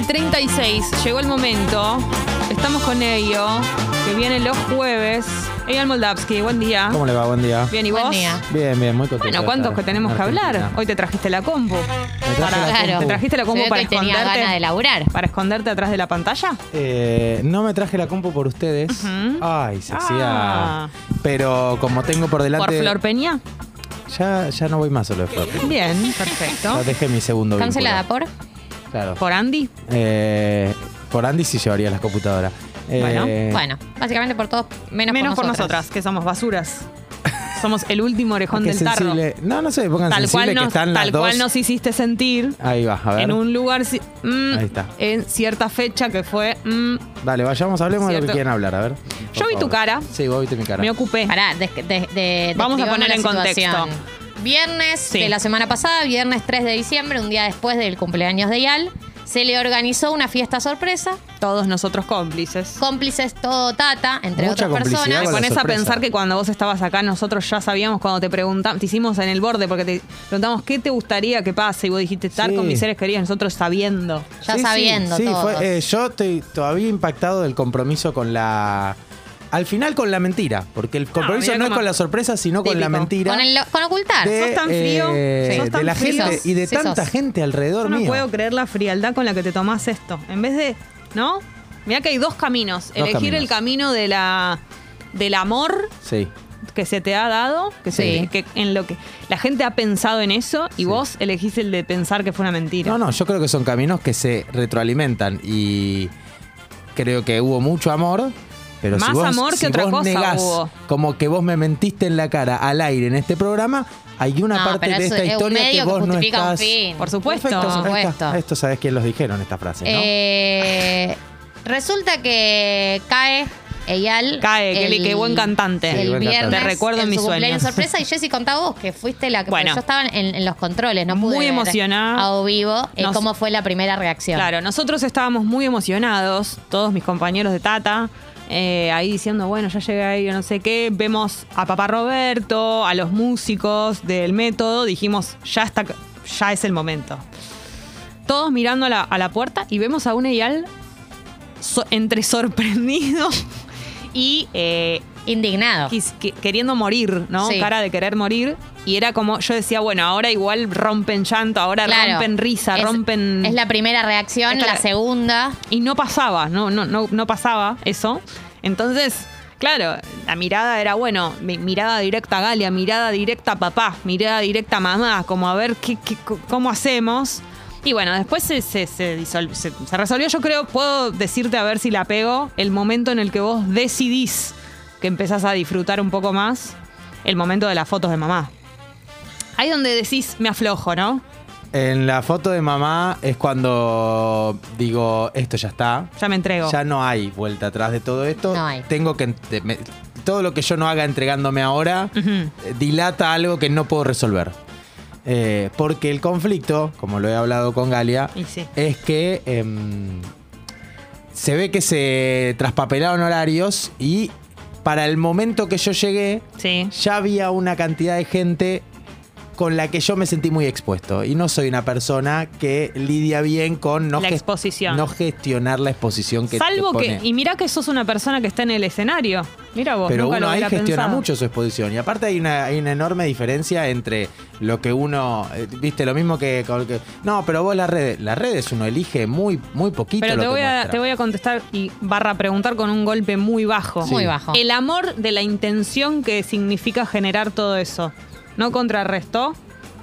36, llegó el momento. Estamos con ello, que viene los jueves. Eyal Moldavsky, buen día. ¿Cómo le va? Buen día. Bien, ¿y vos? Buen día. Bien, bien, muy contento. Bueno, de ¿cuántos estar que tenemos en que hablar? Argentina. Hoy te trajiste la combo. Me traje Para- la Claro. ¿Te compu. trajiste la Se combo ve para que tenía ganas de esconderte? laburar. ¿Para esconderte atrás de la pantalla? Eh, no me traje la compu por ustedes. Ujú. Ay, se hacía. Ah. Pero como tengo por delante. ¿Por Flor Peña? ya, ya no voy más solo de Flor. Bien, perfecto. Ya dejé mi segundo Cancelada vínculo. por. Claro. ¿Por Andy? Eh, por Andy sí llevaría las computadoras. Eh, Bueno, Bueno, básicamente por todos, menos, Menos por por nosotras, que somos basuras. Somos el último orejón qué del tarro. sensible. No, no sé, pongan Tal, sensible cual que nos, están las tal dos. cual nos hiciste sentir Ahí va, a ver. en un lugar. si- mm, Ahí está. En cierta fecha que fue. mm, Dale, vayamos, hablemos de lo Cierto. que quieran hablar, a ver. Yo vi tu cara. Sí, vos viste mi cara. me ocupé. Pará, de- de- de- Vamos a describamos poner la en contexto. situación. Viernes Sí. de la semana pasada, viernes 3 de diciembre, un día después del cumpleaños de Yal, se le organizó una fiesta sorpresa. Todos nosotros cómplices. Cómplices todo Tata, entre Mucha otras complicidad personas. Me con la pones a sorpresa. pensar que cuando vos estabas acá, nosotros ya sabíamos cuando te preguntamos, te hicimos en el borde porque te preguntamos qué te gustaría que pase y vos dijiste estar Sí. con mis seres queridos, nosotros sabiendo. Ya sabiendo Sí, todos. fue- eh, yo estoy todavía impactado del compromiso con la. Al final con la mentira, porque el compromiso mirá no, es cómo- con la sorpresa, sino con la Típico. mentira. Con, el- con ocultar. de, Sos tan frío, eh, sos de tan la frío. gente y de Sí, tanta sos. gente alrededor Yo no mío. puedo creer la frialdad con la que te tomás esto. En vez de, ¿no? Mirá que hay dos caminos. Elegir caminos. el camino de la del amor Sí. que se te ha dado, que, se- Sí. que en lo que la gente ha pensado en eso y Sí. vos elegís el de pensar que fue una mentira. No, no, yo creo que son caminos que se retroalimentan y creo que hubo mucho amor. Pero si Más vos- amor que si otra vos cosa negás hubo. como que vos me mentiste en la cara al aire en este programa, hay una No, parte pero de eso esta es un historia medio que que vos no justifica un estás. fin. Por supuesto. Perfecto, Por ahí está. supuesto. Esto sabés quién los dijeron, esta frase, ¿no? Eh, resulta que cae Eyal. Cae, qué el- li- qué buen cantante. Sí, El buen viernes. cantante. Te recuerdo en su mis cumpleaños sueños. sorpresa. Y Jessy, contá vos que fuiste la que. porque Bueno. yo estaba en, en los controles, no Muy pude. ver emocionada. A o vivo, eh, Nos- cómo fue la primera reacción. Claro, nosotros estábamos muy emocionados, todos mis compañeros de Tata, eh, ahí diciendo, bueno, ya llegué ahí, yo no sé qué. Vemos a Papá Roberto, a los músicos del método, dijimos, ya está, ya es el momento. Todos mirando a la, a la puerta y vemos a un Eyal so- entre sorprendido y eh, Indignado. quis- que- queriendo morir, ¿no? Sí. Cara de querer morir. Y era como, yo decía, bueno, ahora igual rompen llanto, ahora Claro. rompen risa, Es- rompen... Es la primera reacción, Esta la la- segunda. Y no pasaba, no, no, no, no pasaba eso. Entonces, claro, la mirada era, bueno, mi- mirada directa a Galia, mirada directa a papá, mirada directa a mamá, como a ver qué, qué- co- cómo hacemos. Y bueno, después se, se, se disol- se- se resolvió. Yo creo, puedo decirte a ver si la pego, el momento en el que vos decidís que empezás a disfrutar un poco más, el momento de las fotos de mamá. Ahí donde decís, me aflojo, ¿no? En la foto de mamá es cuando digo, esto ya está. Ya me entrego. Ya no hay vuelta atrás de todo esto. No hay. Tengo que. ent- me- todo lo que yo no haga entregándome ahora Ujú. eh, dilata algo que no puedo resolver. Eh, porque el conflicto, como lo he hablado con Galia, Y sí. es que em, se ve que se traspapelaron horarios y para el momento que yo llegué, Sí. ya había una cantidad de gente con la que yo me sentí muy expuesto. Y no soy una persona que lidia bien con no, La ges- exposición. no gestionar la exposición que te Salvo que. pone. Y mirá que sos una persona que está en el escenario. Mira vos. Pero nunca uno lo ahí hubiera gestiona pensado. mucho su exposición. Y aparte hay una, hay una enorme diferencia entre lo que uno. eh, Viste, lo mismo que. con- que- no, pero vos las redes. Las redes uno elige muy, muy poquito. Pero lo te que voy, a, muestra. te voy a contestar y barra preguntar con un golpe muy bajo. Muy bajo. El amor de la intención que significa generar todo eso. ¿No contrarrestó?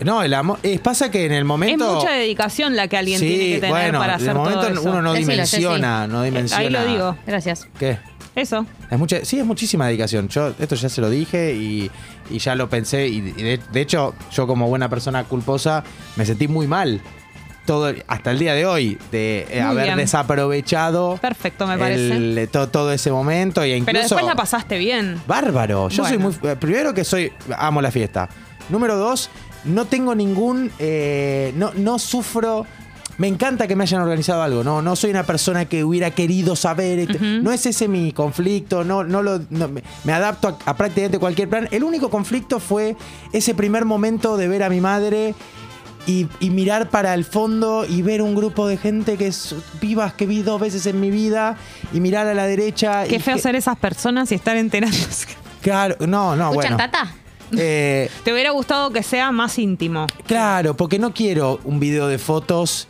No, el amor. eh, pasa que en el momento. es mucha dedicación la que alguien sí, tiene que tener bueno, para en hacer el momento todo eso. uno no Decilo, dimensiona. No dimensiona. Ahí lo digo. Gracias. ¿Qué? Eso. Es mucha, sí, es muchísima dedicación. Yo esto ya se lo dije y, y ya lo pensé. Y, y de, de hecho, yo como buena persona culposa me sentí muy mal. Todo, hasta el día de hoy, de Muy eh, haber bien. desaprovechado Perfecto, me parece. el- eh, to- todo ese momento. E incluso, Pero después la pasaste bien. Bárbaro. Yo Bueno. soy muy. eh, Primero que soy. Amo la fiesta. Número dos, no tengo ningún. eh, no, no sufro. Me encanta que me hayan organizado algo. No, no soy una persona que hubiera querido saber. este, No es ese mi conflicto. No, no lo. no, me, me adapto a, a prácticamente cualquier plan. El único conflicto fue ese primer momento de ver a mi madre y, y mirar para el fondo y ver un grupo de gente que es vivas que vi dos veces en mi vida y mirar a la derecha. y Qué feo que- ser esas personas y estar enterándose. Claro, no, no, Escuchan, Ah, bueno. tata. Eh, Te hubiera gustado que sea más íntimo. claro, porque no quiero un video de fotos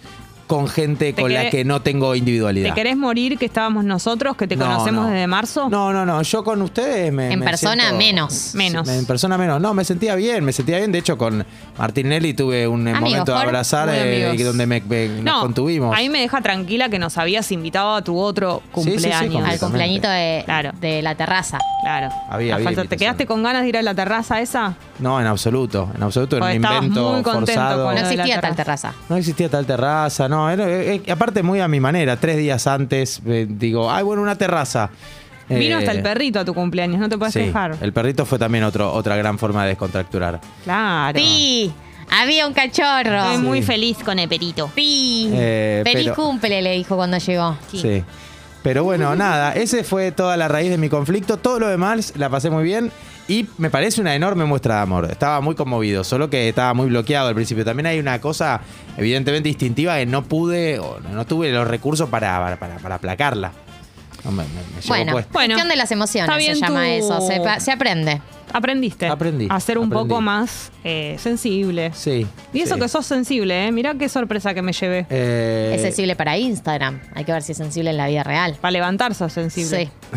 con gente Te con la queré- que no tengo individualidad. ¿Te querés morir que estábamos nosotros, que te No, conocemos no. desde marzo? No, no, no. Yo con ustedes me. En me persona, siento- menos. Menos. En persona menos. No, me sentía bien, me sentía bien. De hecho, con Martinelli tuve un eh, Amigos, momento de por- abrazar muy eh, amigos. que donde me, me- nos No, contuvimos. A mí me deja tranquila que nos habías invitado a tu otro Sí, sí, sí, cumpleaños. completamente. Al cumpleañito de, Claro. de la terraza. Claro. Había- La había falta- ¿Te invitación. quedaste con ganas de ir a la terraza esa? No, en absoluto. En absoluto, era Porque un estabas invento muy contento forzado. con No la de existía la tal terraza. No existía tal terraza, no. era- eh, eh, aparte, muy a mi manera. Tres días antes, eh, digo, ay, bueno, una terraza. Vino Eh, hasta el perrito a tu cumpleaños, no te puedes sí, quejar. El perrito fue también otro, otra gran forma de descontracturar. Claro. Sí, había un cachorro. Estoy Sí. muy feliz con el perito. Sí. Eh, Feliz pero- cumple, le dijo cuando llegó. Sí. Pero bueno, nada, ese fue toda la raíz de mi conflicto. Todo lo demás la pasé muy bien y me parece una enorme muestra de amor. Estaba muy conmovido, solo que estaba muy bloqueado al principio. También hay una cosa evidentemente instintiva que no pude o no tuve los recursos para, para, para aplacarla. No, me, me- me llegó Bueno, puesto. Bueno, cuestión de las emociones está bien se llama tu- eso. Se, pa- se aprende. Aprendiste Aprendí, a ser un aprendí. poco más eh, sensible. Sí. Y eso sí. que sos sensible, ¿eh? Mirá qué sorpresa que me llevé. Eh, es sensible para Instagram. Hay que ver si es sensible en la vida real. Para levantar sos sensible. Sí.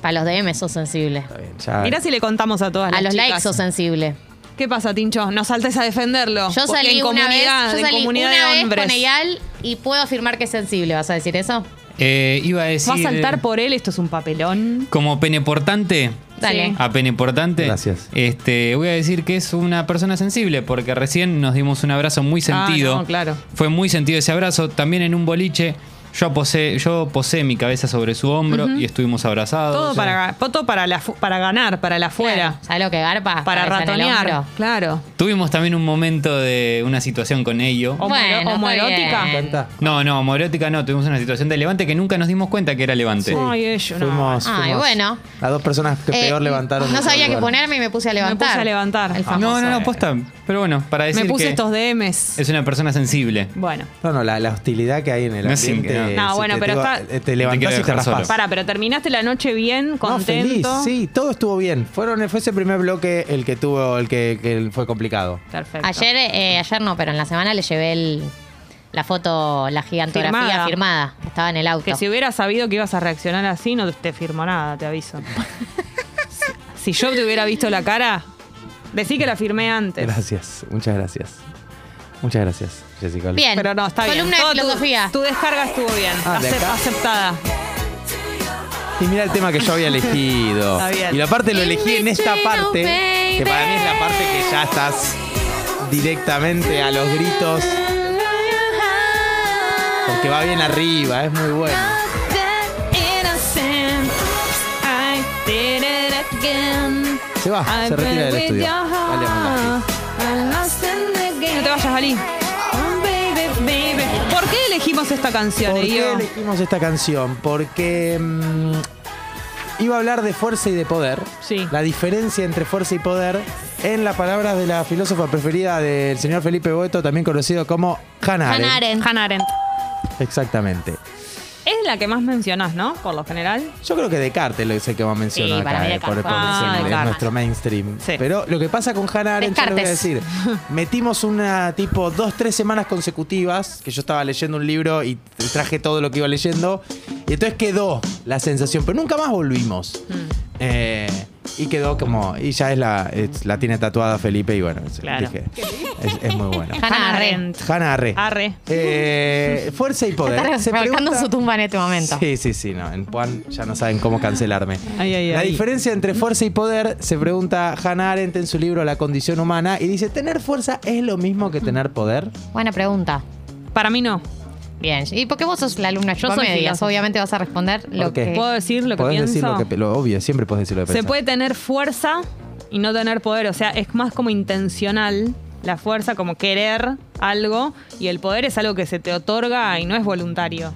Para los DM sos sensible. está bien, ya- Mirá si le contamos a todas A las los chicas. likes sos sensible. ¿Qué pasa, Tincho? No saltes a defenderlo. Yo Porque salí en una vez, comunidad, yo en salí comunidad una de vez hombres. con Eyal y puedo afirmar que es sensible. ¿Vas a decir eso? Eh, iba a decir. Va a saltar por él, esto es un papelón. Como peneportante. Dale. Sí. A peneportante. Gracias. Este, voy a decir que es una persona sensible, porque recién nos dimos un abrazo muy sentido. Ah, no, claro. Fue muy sentido ese abrazo. También en un boliche. Yo posé, yo posé mi cabeza sobre su hombro y estuvimos abrazados. Todo Sí. para, ga- todo para, la, fu- para ganar, para la fuera, Claro. ¿Sabes lo que garpa? para Cabeza en el ratonear. hombro. Claro. Tuvimos también un momento de una situación con ello. Homo- Bueno, homoerótica. está bien. Cuenta. No, no, morótica no. Tuvimos una situación de levante que nunca nos dimos cuenta que era levante. Sí. Ay, ello, no. Fuimos, Ay, fuimos bueno. Las dos personas que Eh, peor levantaron. No de sabía todo qué el lugar. ponerme y me puse a Me levantar. puse a levantar. Ah, El famoso. no, no, no, posta. Pero bueno, para decir Me puse que estos DMs. es una persona sensible. Bueno. No, no, la, la hostilidad que hay en el No, sí, ambiente. no. eh, No, si bueno, te pero digo, está- eh, te Te levantás quiero y te dejar raspás. solo. Para, pero terminaste la noche bien, No, feliz, contento. sí, todo estuvo bien. Fueron, fue ese primer bloque el que tuvo, el que, que fue complicado. Perfecto. Ayer, eh, ayer no, pero en la semana le llevé el- la foto, la gigantografía Firmada. firmada. que Estaba en el auto. Que si hubiera sabido que ibas a reaccionar así, no te firmo nada, te aviso. si yo te hubiera visto la cara, decí que la firmé antes. Gracias, muchas gracias. Muchas gracias, Jessica. Bien. Pero no, está bien. Columna de Todo tu- filosofía. Tu, descarga estuvo bien. Ah, de Acep- acá. aceptada. Y mira el tema que yo había elegido. Está bien. Y la parte lo In elegí en esta between, oh, parte, que para mí es la baby. parte que ya estás directamente a los gritos, porque va bien arriba, es muy bueno. Se va, Ah, se retira del estudio. Dale, Amanda. No te vayas, Galí. ¿Por qué elegimos esta canción, ¿Por qué Elio? elegimos esta canción? Porque mm, iba a hablar de fuerza y de poder. Sí. La diferencia entre fuerza y poder en las palabras de la filósofa preferida del señor Felipe Boeto, también conocido como Hannah Arendt. Hannah Arendt. Hannah Arendt. Exactamente. Es la que más mencionás, ¿no? Por lo general. Yo creo que Descartes lo sé que vamos a mencionar Sí, para acá, mí eh, por, Descartes. por Ah, ser- es Descartes. nuestro mainstream. Sí. Pero lo que pasa con Hannah Arendt, yo lo voy a decir. Descartes. Metimos una, tipo, dos, tres semanas consecutivas, que yo estaba leyendo un libro y traje todo lo que iba leyendo. Y entonces quedó la sensación, pero nunca más volvimos. Mm. Eh, y quedó como, y ya es la, es- la tiene tatuada Felipe y bueno, es- Claro. dije, es, es muy bueno. Hannah Arendt. Hannah Arendt. Arre. Eh, fuerza y poder. Está Se revolcando en pregunta- su tumba en este momento. Sí, sí, sí, no. En Puan ya no saben cómo cancelarme. Ay, ay, la ay. diferencia entre fuerza y poder se pregunta Hannah Arendt en su libro La condición humana y dice, ¿tener fuerza es lo mismo que tener poder? Buena pregunta. Para mí no. Bien. ¿Y por qué vos sos la alumna? Yo Vos soy me medias. filósofa. Obviamente vas a responder lo ¿Por qué? que. ¿Puedo decir lo que podés pienso? decir lo que... Lo obvio, siempre podés decir lo que Se pensás. puede tener fuerza y no tener poder. O sea, es más como intencional la fuerza, como querer algo. Y el poder es algo que se te otorga y no es voluntario.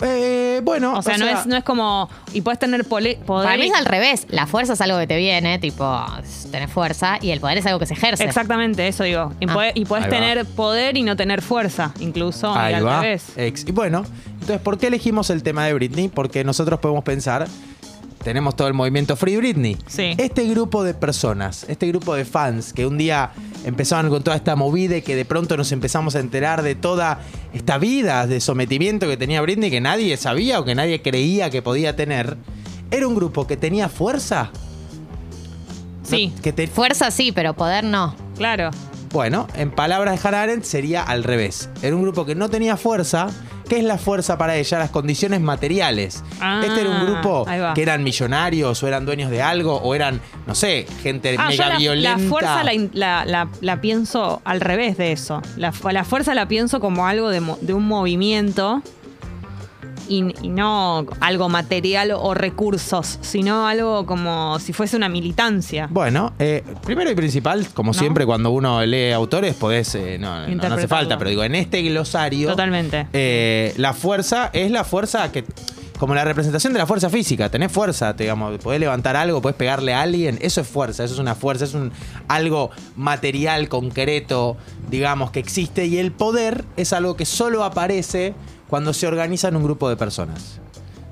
eh, bueno. O sea, no, es, no es como. Y puedes tener pole- poder. Para mí y- es al revés. La fuerza es algo que te viene, tipo, tenés fuerza, y el poder es algo que se ejerce. Exactamente, eso digo. Y, Ah. puede- y puedes Ahí va. tener poder y no tener fuerza, incluso. y Ahí al va. Eh, revés. Ex- y bueno, entonces, ¿por qué elegimos el tema de Britney? Porque nosotros podemos pensar, tenemos todo el movimiento Free Britney. Sí. Este grupo de personas, este grupo de fans que un día empezaban con toda esta movida y que de pronto nos empezamos a enterar de toda esta vida de sometimiento que tenía Britney que nadie sabía o que nadie creía que podía tener, era un grupo que tenía fuerza. Sí, Que te- Fuerza sí, pero poder no. claro. Bueno, en palabras de Hannah Arendt sería al revés. Era un grupo que no tenía fuerza. ¿Qué es la fuerza para ella? Las condiciones materiales. Ah, este era un grupo ahí va. que eran millonarios o eran dueños de algo o eran, no sé, gente Ah, yo mega la, violenta. la fuerza la, in- la- la- la pienso al revés de eso. La, fu- la fuerza la pienso como algo de, mo- de un movimiento y, y no algo material o recursos, sino algo como si fuese una militancia. Bueno, eh, primero y principal, como ¿No? siempre cuando uno lee autores, podés, eh, no, no- no, hace Interpretarlo. falta, pero digo, en este glosario, Totalmente. eh, la fuerza es la fuerza que, como la representación de la fuerza física, tenés fuerza, digamos, podés levantar algo, podés pegarle a alguien, eso es fuerza, eso es una fuerza, es un algo material, concreto, digamos, que existe, y el poder es algo que solo aparece cuando se organiza en un grupo de personas.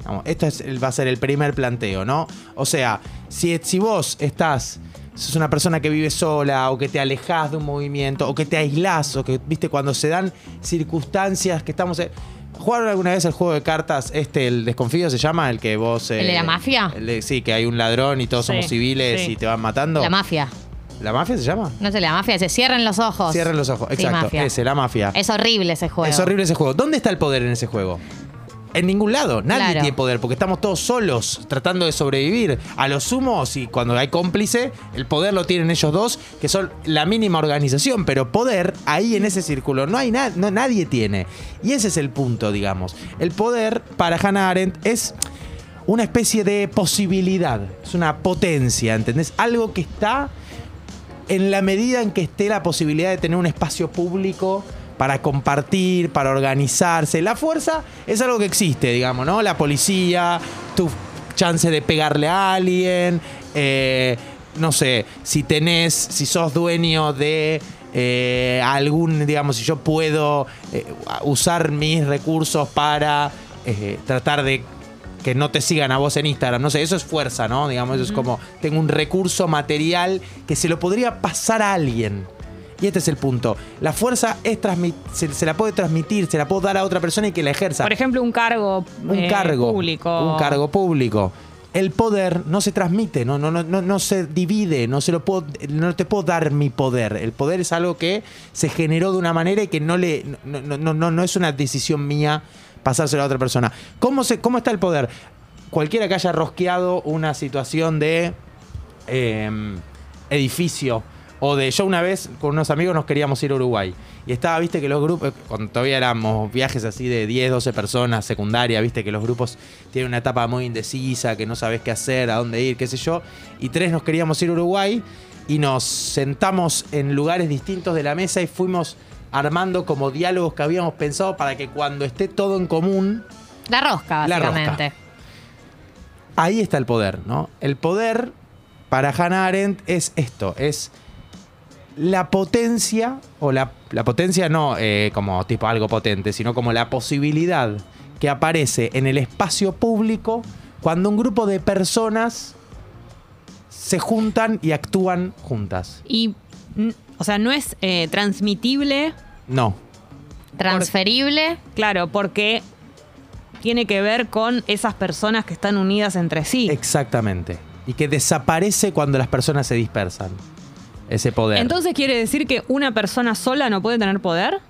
Vamos, esto es, el- va a ser el primer planteo, ¿no? O sea, si, si vos estás, sos una persona que vive sola o que te alejás de un movimiento o que te aislás o que, viste, cuando se dan circunstancias que estamos... en- ¿Jugaron alguna vez el juego de cartas, este, el desconfío se llama? El que vos... eh, ¿El de la mafia? el de- sí, que hay un ladrón y todos Sí, somos civiles sí. y te van matando. La mafia. ¿La mafia se llama? No sé, la mafia se cierran los ojos. Cierren los ojos, Sí, exacto. mafia. Ese, la mafia. Es horrible ese juego. Es horrible ese juego. ¿Dónde está el poder en ese juego? En ningún lado, nadie Claro. tiene poder, porque estamos todos solos tratando de sobrevivir. A los sumos y cuando hay cómplice, el poder lo tienen ellos dos, que son la mínima organización, pero poder ahí en ese círculo no hay na- no, nadie tiene. Y ese es el punto, digamos. El poder para Hannah Arendt es una especie de posibilidad, es una potencia, ¿entendés? Algo que está en la medida en que esté la posibilidad de tener un espacio público para compartir, para organizarse. La fuerza es algo que existe, digamos, ¿no? La policía, tu chance de pegarle a alguien, eh, no sé, si tenés, si sos dueño de eh, algún, digamos, si yo puedo eh, usar mis recursos para eh, tratar de que no te sigan a vos en Instagram. No sé, eso es fuerza, ¿no? Digamos, eso es como, tengo un recurso material que se lo podría pasar a alguien. Y este es el punto. La fuerza es transmi- se, se la puede transmitir, se la puedo dar a otra persona y que la ejerza. Por ejemplo, un cargo, un eh, cargo público. Un cargo público. El poder no se transmite, no, no, no, no, no se divide, no se lo puedo, no te puedo dar mi poder. El poder es algo que se generó de una manera y que no le. no, no, no, no, no es una decisión mía pasárselo a otra persona. ¿Cómo, se, ¿Cómo está el poder? Cualquiera que haya rosqueado una situación de eh, edificio. O de yo una vez con unos amigos nos queríamos ir a Uruguay. Y estaba, viste, que los grupos, cuando todavía éramos viajes así de 10, 12 personas, secundaria, viste, que los grupos tienen una etapa muy indecisa, que no sabes qué hacer, a dónde ir, qué sé yo. Y tres nos queríamos ir a Uruguay y nos sentamos en lugares distintos de la mesa y fuimos armando como diálogos que habíamos pensado para que cuando esté todo en común, La rosca, La rosca. básicamente. ahí está el poder, ¿no? El poder para Hannah Arendt es esto, es la potencia, o la, la potencia no eh, como tipo algo potente, sino como la posibilidad que aparece en el espacio público cuando un grupo de personas se juntan y actúan juntas. Y, mm, o sea, no es eh, transmitible, No. Transferible. claro, porque tiene que ver con esas personas que están unidas entre sí. Exactamente. Y que desaparece cuando las personas se dispersan. Ese poder. Entonces quiere decir que una persona sola no puede tener poder.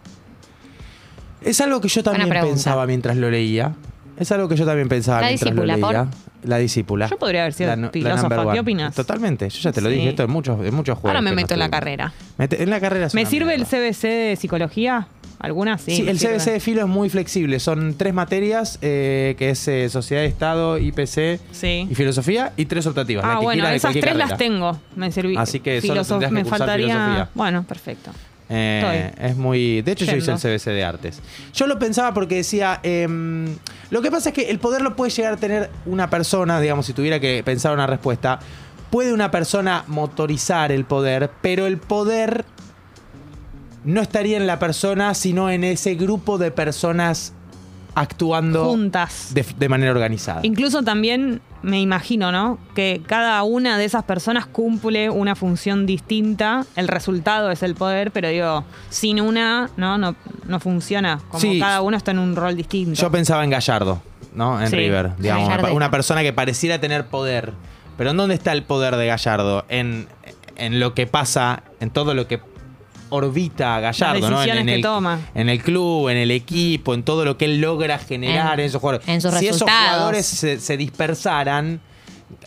Es algo que yo también Buena pregunta. pensaba mientras lo leía. Es algo que yo también pensaba La mientras discípula, lo leía. por- La discípula. Yo podría haber sido nu- filósofa. number ¿Qué one. opinas? Totalmente. Yo ya te lo Sí. dije. Esto es muchos, en muchos juegos. Ahora me que meto no en la estuve. carrera. Mete- en la carrera es ¿Me una sirve el mierda. CBC de psicología? ¿Algunas? Sí, Sí, me el sirve. CBC de filo es muy flexible. Son tres materias, eh, que es eh, Sociedad, Estado, IPC Sí. y Filosofía, y tres optativas. la Ah, que bueno, quieras de esas tres cualquier las carrera. tengo. Me serví. Así que solo tendrías que me cursar faltaría. filosofía. Bueno, perfecto. Eh, es muy. De hecho, yo Yendo. hice el CBC de artes. Yo lo pensaba porque decía. em, lo que pasa es que el poder lo puede llegar a tener una persona, digamos, si tuviera que pensar una respuesta. Puede una persona motorizar el poder, pero el poder no estaría en la persona, sino en ese grupo de personas actuando Juntas. de, de manera organizada. Incluso también me imagino, ¿no? Que cada una de esas personas cumple una función distinta. El resultado es el poder, pero digo, sin una, ¿no? No, no funciona. Como Sí. cada uno está en un rol distinto. Yo pensaba en Gallardo, ¿no? En Sí. River, digamos. Gallardo Una, está. una persona que pareciera tener poder. Pero ¿en dónde está el poder de Gallardo? En, en lo que pasa, en todo lo que orbita a Gallardo, Las ¿no? En, decisiones en que el, toma. en el club, en el equipo, en todo lo que él logra generar en, En- esos jugadores. en sus si esos resultados. jugadores se, se dispersaran,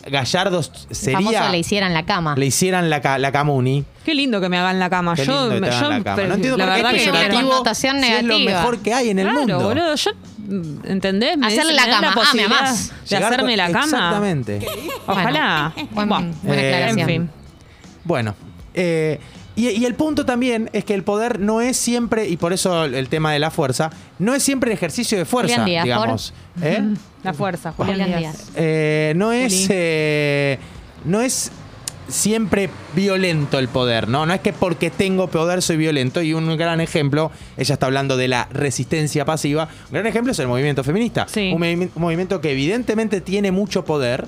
Gallardo sería... Famoso le hicieran la cama. le hicieran la, ca- la Camuni. Qué lindo que me hagan la cama. Qué Ah, yo, lindo que te hagan yo- la cama. pero No entiendo la por qué verdad es que tiene una peyorativo connotación si es lo negativa. mejor que hay en el claro, mundo. boludo, yo mm, ¿entendés? Me Hacerle dicen, la me dan cama. Ah, me posibilidad amás. De Llegar hacerme con- la cama. Exactamente. Ojalá. Buen- Buah. buena Eh, en aclaración. fin. Bueno. eh, y, y el punto también es que el poder no es siempre, y por eso el, el tema de la fuerza, no es siempre el ejercicio de fuerza, Julián Díaz, digamos. ¿Eh? La fuerza, Julián Julián Díaz. Díaz. Eh, no es. Juli. eh, no es siempre violento el poder, ¿no? No es que porque tengo poder soy violento. Y un gran ejemplo, ella está hablando de la resistencia pasiva. Un gran ejemplo es el movimiento feminista. Sí. Un, movi- un movimiento que evidentemente tiene mucho poder.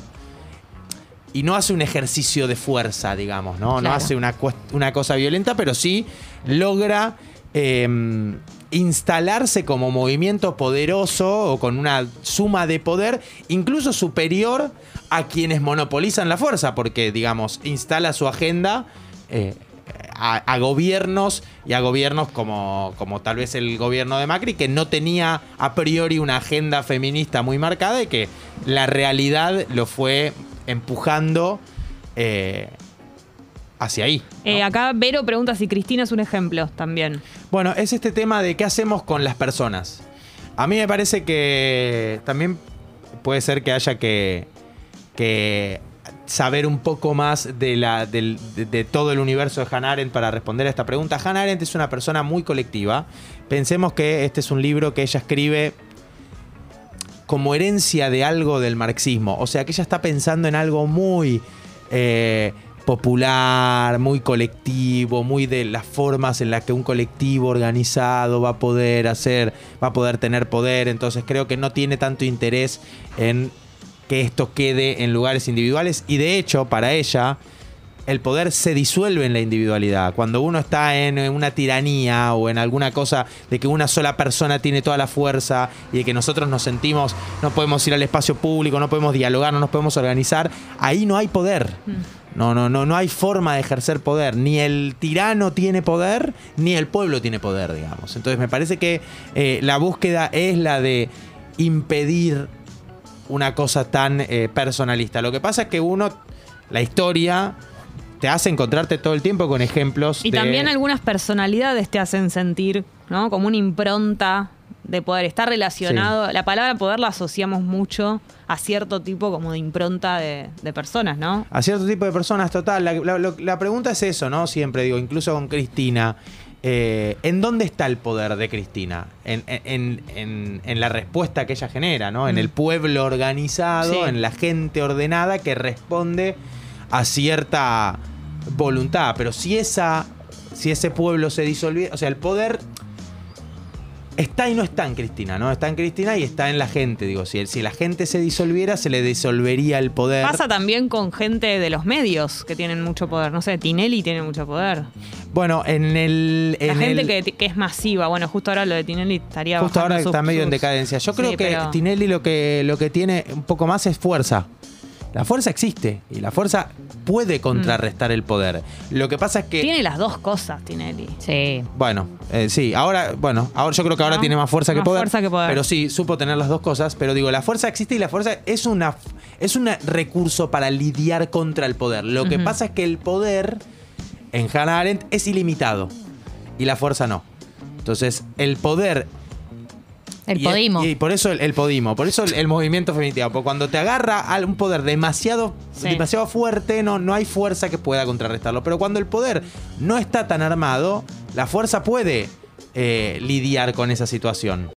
Y no hace un ejercicio de fuerza, digamos, ¿no? No Claro. hace una, cuest- una cosa violenta, pero sí logra eh, instalarse como movimiento poderoso o con una suma de poder, incluso superior a quienes monopolizan la fuerza, porque, digamos, instala su agenda. eh, a, a gobiernos y a gobiernos como, como tal vez el gobierno de Macri, que no tenía a priori una agenda feminista muy marcada y que la realidad lo fue empujando eh, hacia ahí. ¿no? Eh, acá Vero pregunta si Cristina es un ejemplo también. Bueno, es este tema de qué hacemos con las personas. A mí me parece que también puede ser que haya que, que saber un poco más de, la, del- de, de todo el universo de Hannah Arendt para responder a esta pregunta. Hannah Arendt es una persona muy colectiva. Pensemos que este es un libro que ella escribe como herencia de algo del marxismo. O sea, que ella está pensando en algo muy eh, popular, muy colectivo, muy de las formas en las que un colectivo organizado va a poder hacer, va a poder tener poder. Entonces creo que no tiene tanto interés en que esto quede en lugares individuales. Y de hecho, para ella, el poder se disuelve en la individualidad. Cuando uno está en una tiranía o en alguna cosa de que una sola persona tiene toda la fuerza y de que nosotros nos sentimos, no podemos ir al espacio público, no podemos dialogar, no nos podemos organizar, ahí no hay poder. No, no, no, no hay forma de ejercer poder. Ni el tirano tiene poder, ni el pueblo tiene poder, digamos. Entonces me parece que eh, la búsqueda es la de impedir una cosa tan eh, personalista. Lo que pasa es que uno, la historia, te hace encontrarte todo el tiempo con ejemplos. Y de- también algunas personalidades te hacen sentir, ¿no? Como una impronta de poder. Está relacionado. La palabra poder la asociamos mucho a cierto tipo como de impronta de, de personas, ¿no? A cierto tipo de personas, total. La, la- lo- la pregunta es eso, ¿no? Siempre digo, incluso con Cristina. eh, ¿En dónde está el poder de Cristina? En, en- en- en la respuesta que ella genera, ¿no? En el pueblo organizado, Mm. Sí. en la gente ordenada que responde a cierta voluntad. Pero si esa. Si ese pueblo se disolviera. O sea, el poder Está y no está en Cristina, ¿no? Está en Cristina y está en la gente, digo. Si, si la gente se disolviera, se le disolvería el poder. Pasa también con gente de los medios que tienen mucho poder. No sé, Tinelli tiene mucho poder. Bueno, en el. La en gente el- que, ti- que es masiva. Bueno, justo ahora lo de Tinelli estaría. Justo bajando ahora sus- está medio en sus- decadencia. Yo creo Sí, que pero- Tinelli lo que, lo que tiene un poco más es fuerza. La fuerza existe y la fuerza puede contrarrestar el poder. Lo que pasa es que. Mm. Tiene las dos cosas, Tinelli. Sí. Bueno, eh, sí, ahora, bueno, ahora yo creo que ahora ¿No? tiene más fuerza que, Más poder, fuerza que poder. Pero sí, supo tener las dos cosas. Pero digo, la fuerza existe y la fuerza es una es un recurso para lidiar contra el poder. Lo que pasa es que el poder en Hannah Arendt es ilimitado y la fuerza no. Entonces, el poder El Y- podimo. Y, por eso el, el podimo, por eso el, el movimiento feminista. Porque cuando te agarra al- un poder demasiado, Sí. demasiado fuerte, no, no hay fuerza que pueda contrarrestarlo. Pero cuando el poder no está tan armado, la fuerza puede eh, lidiar con esa situación.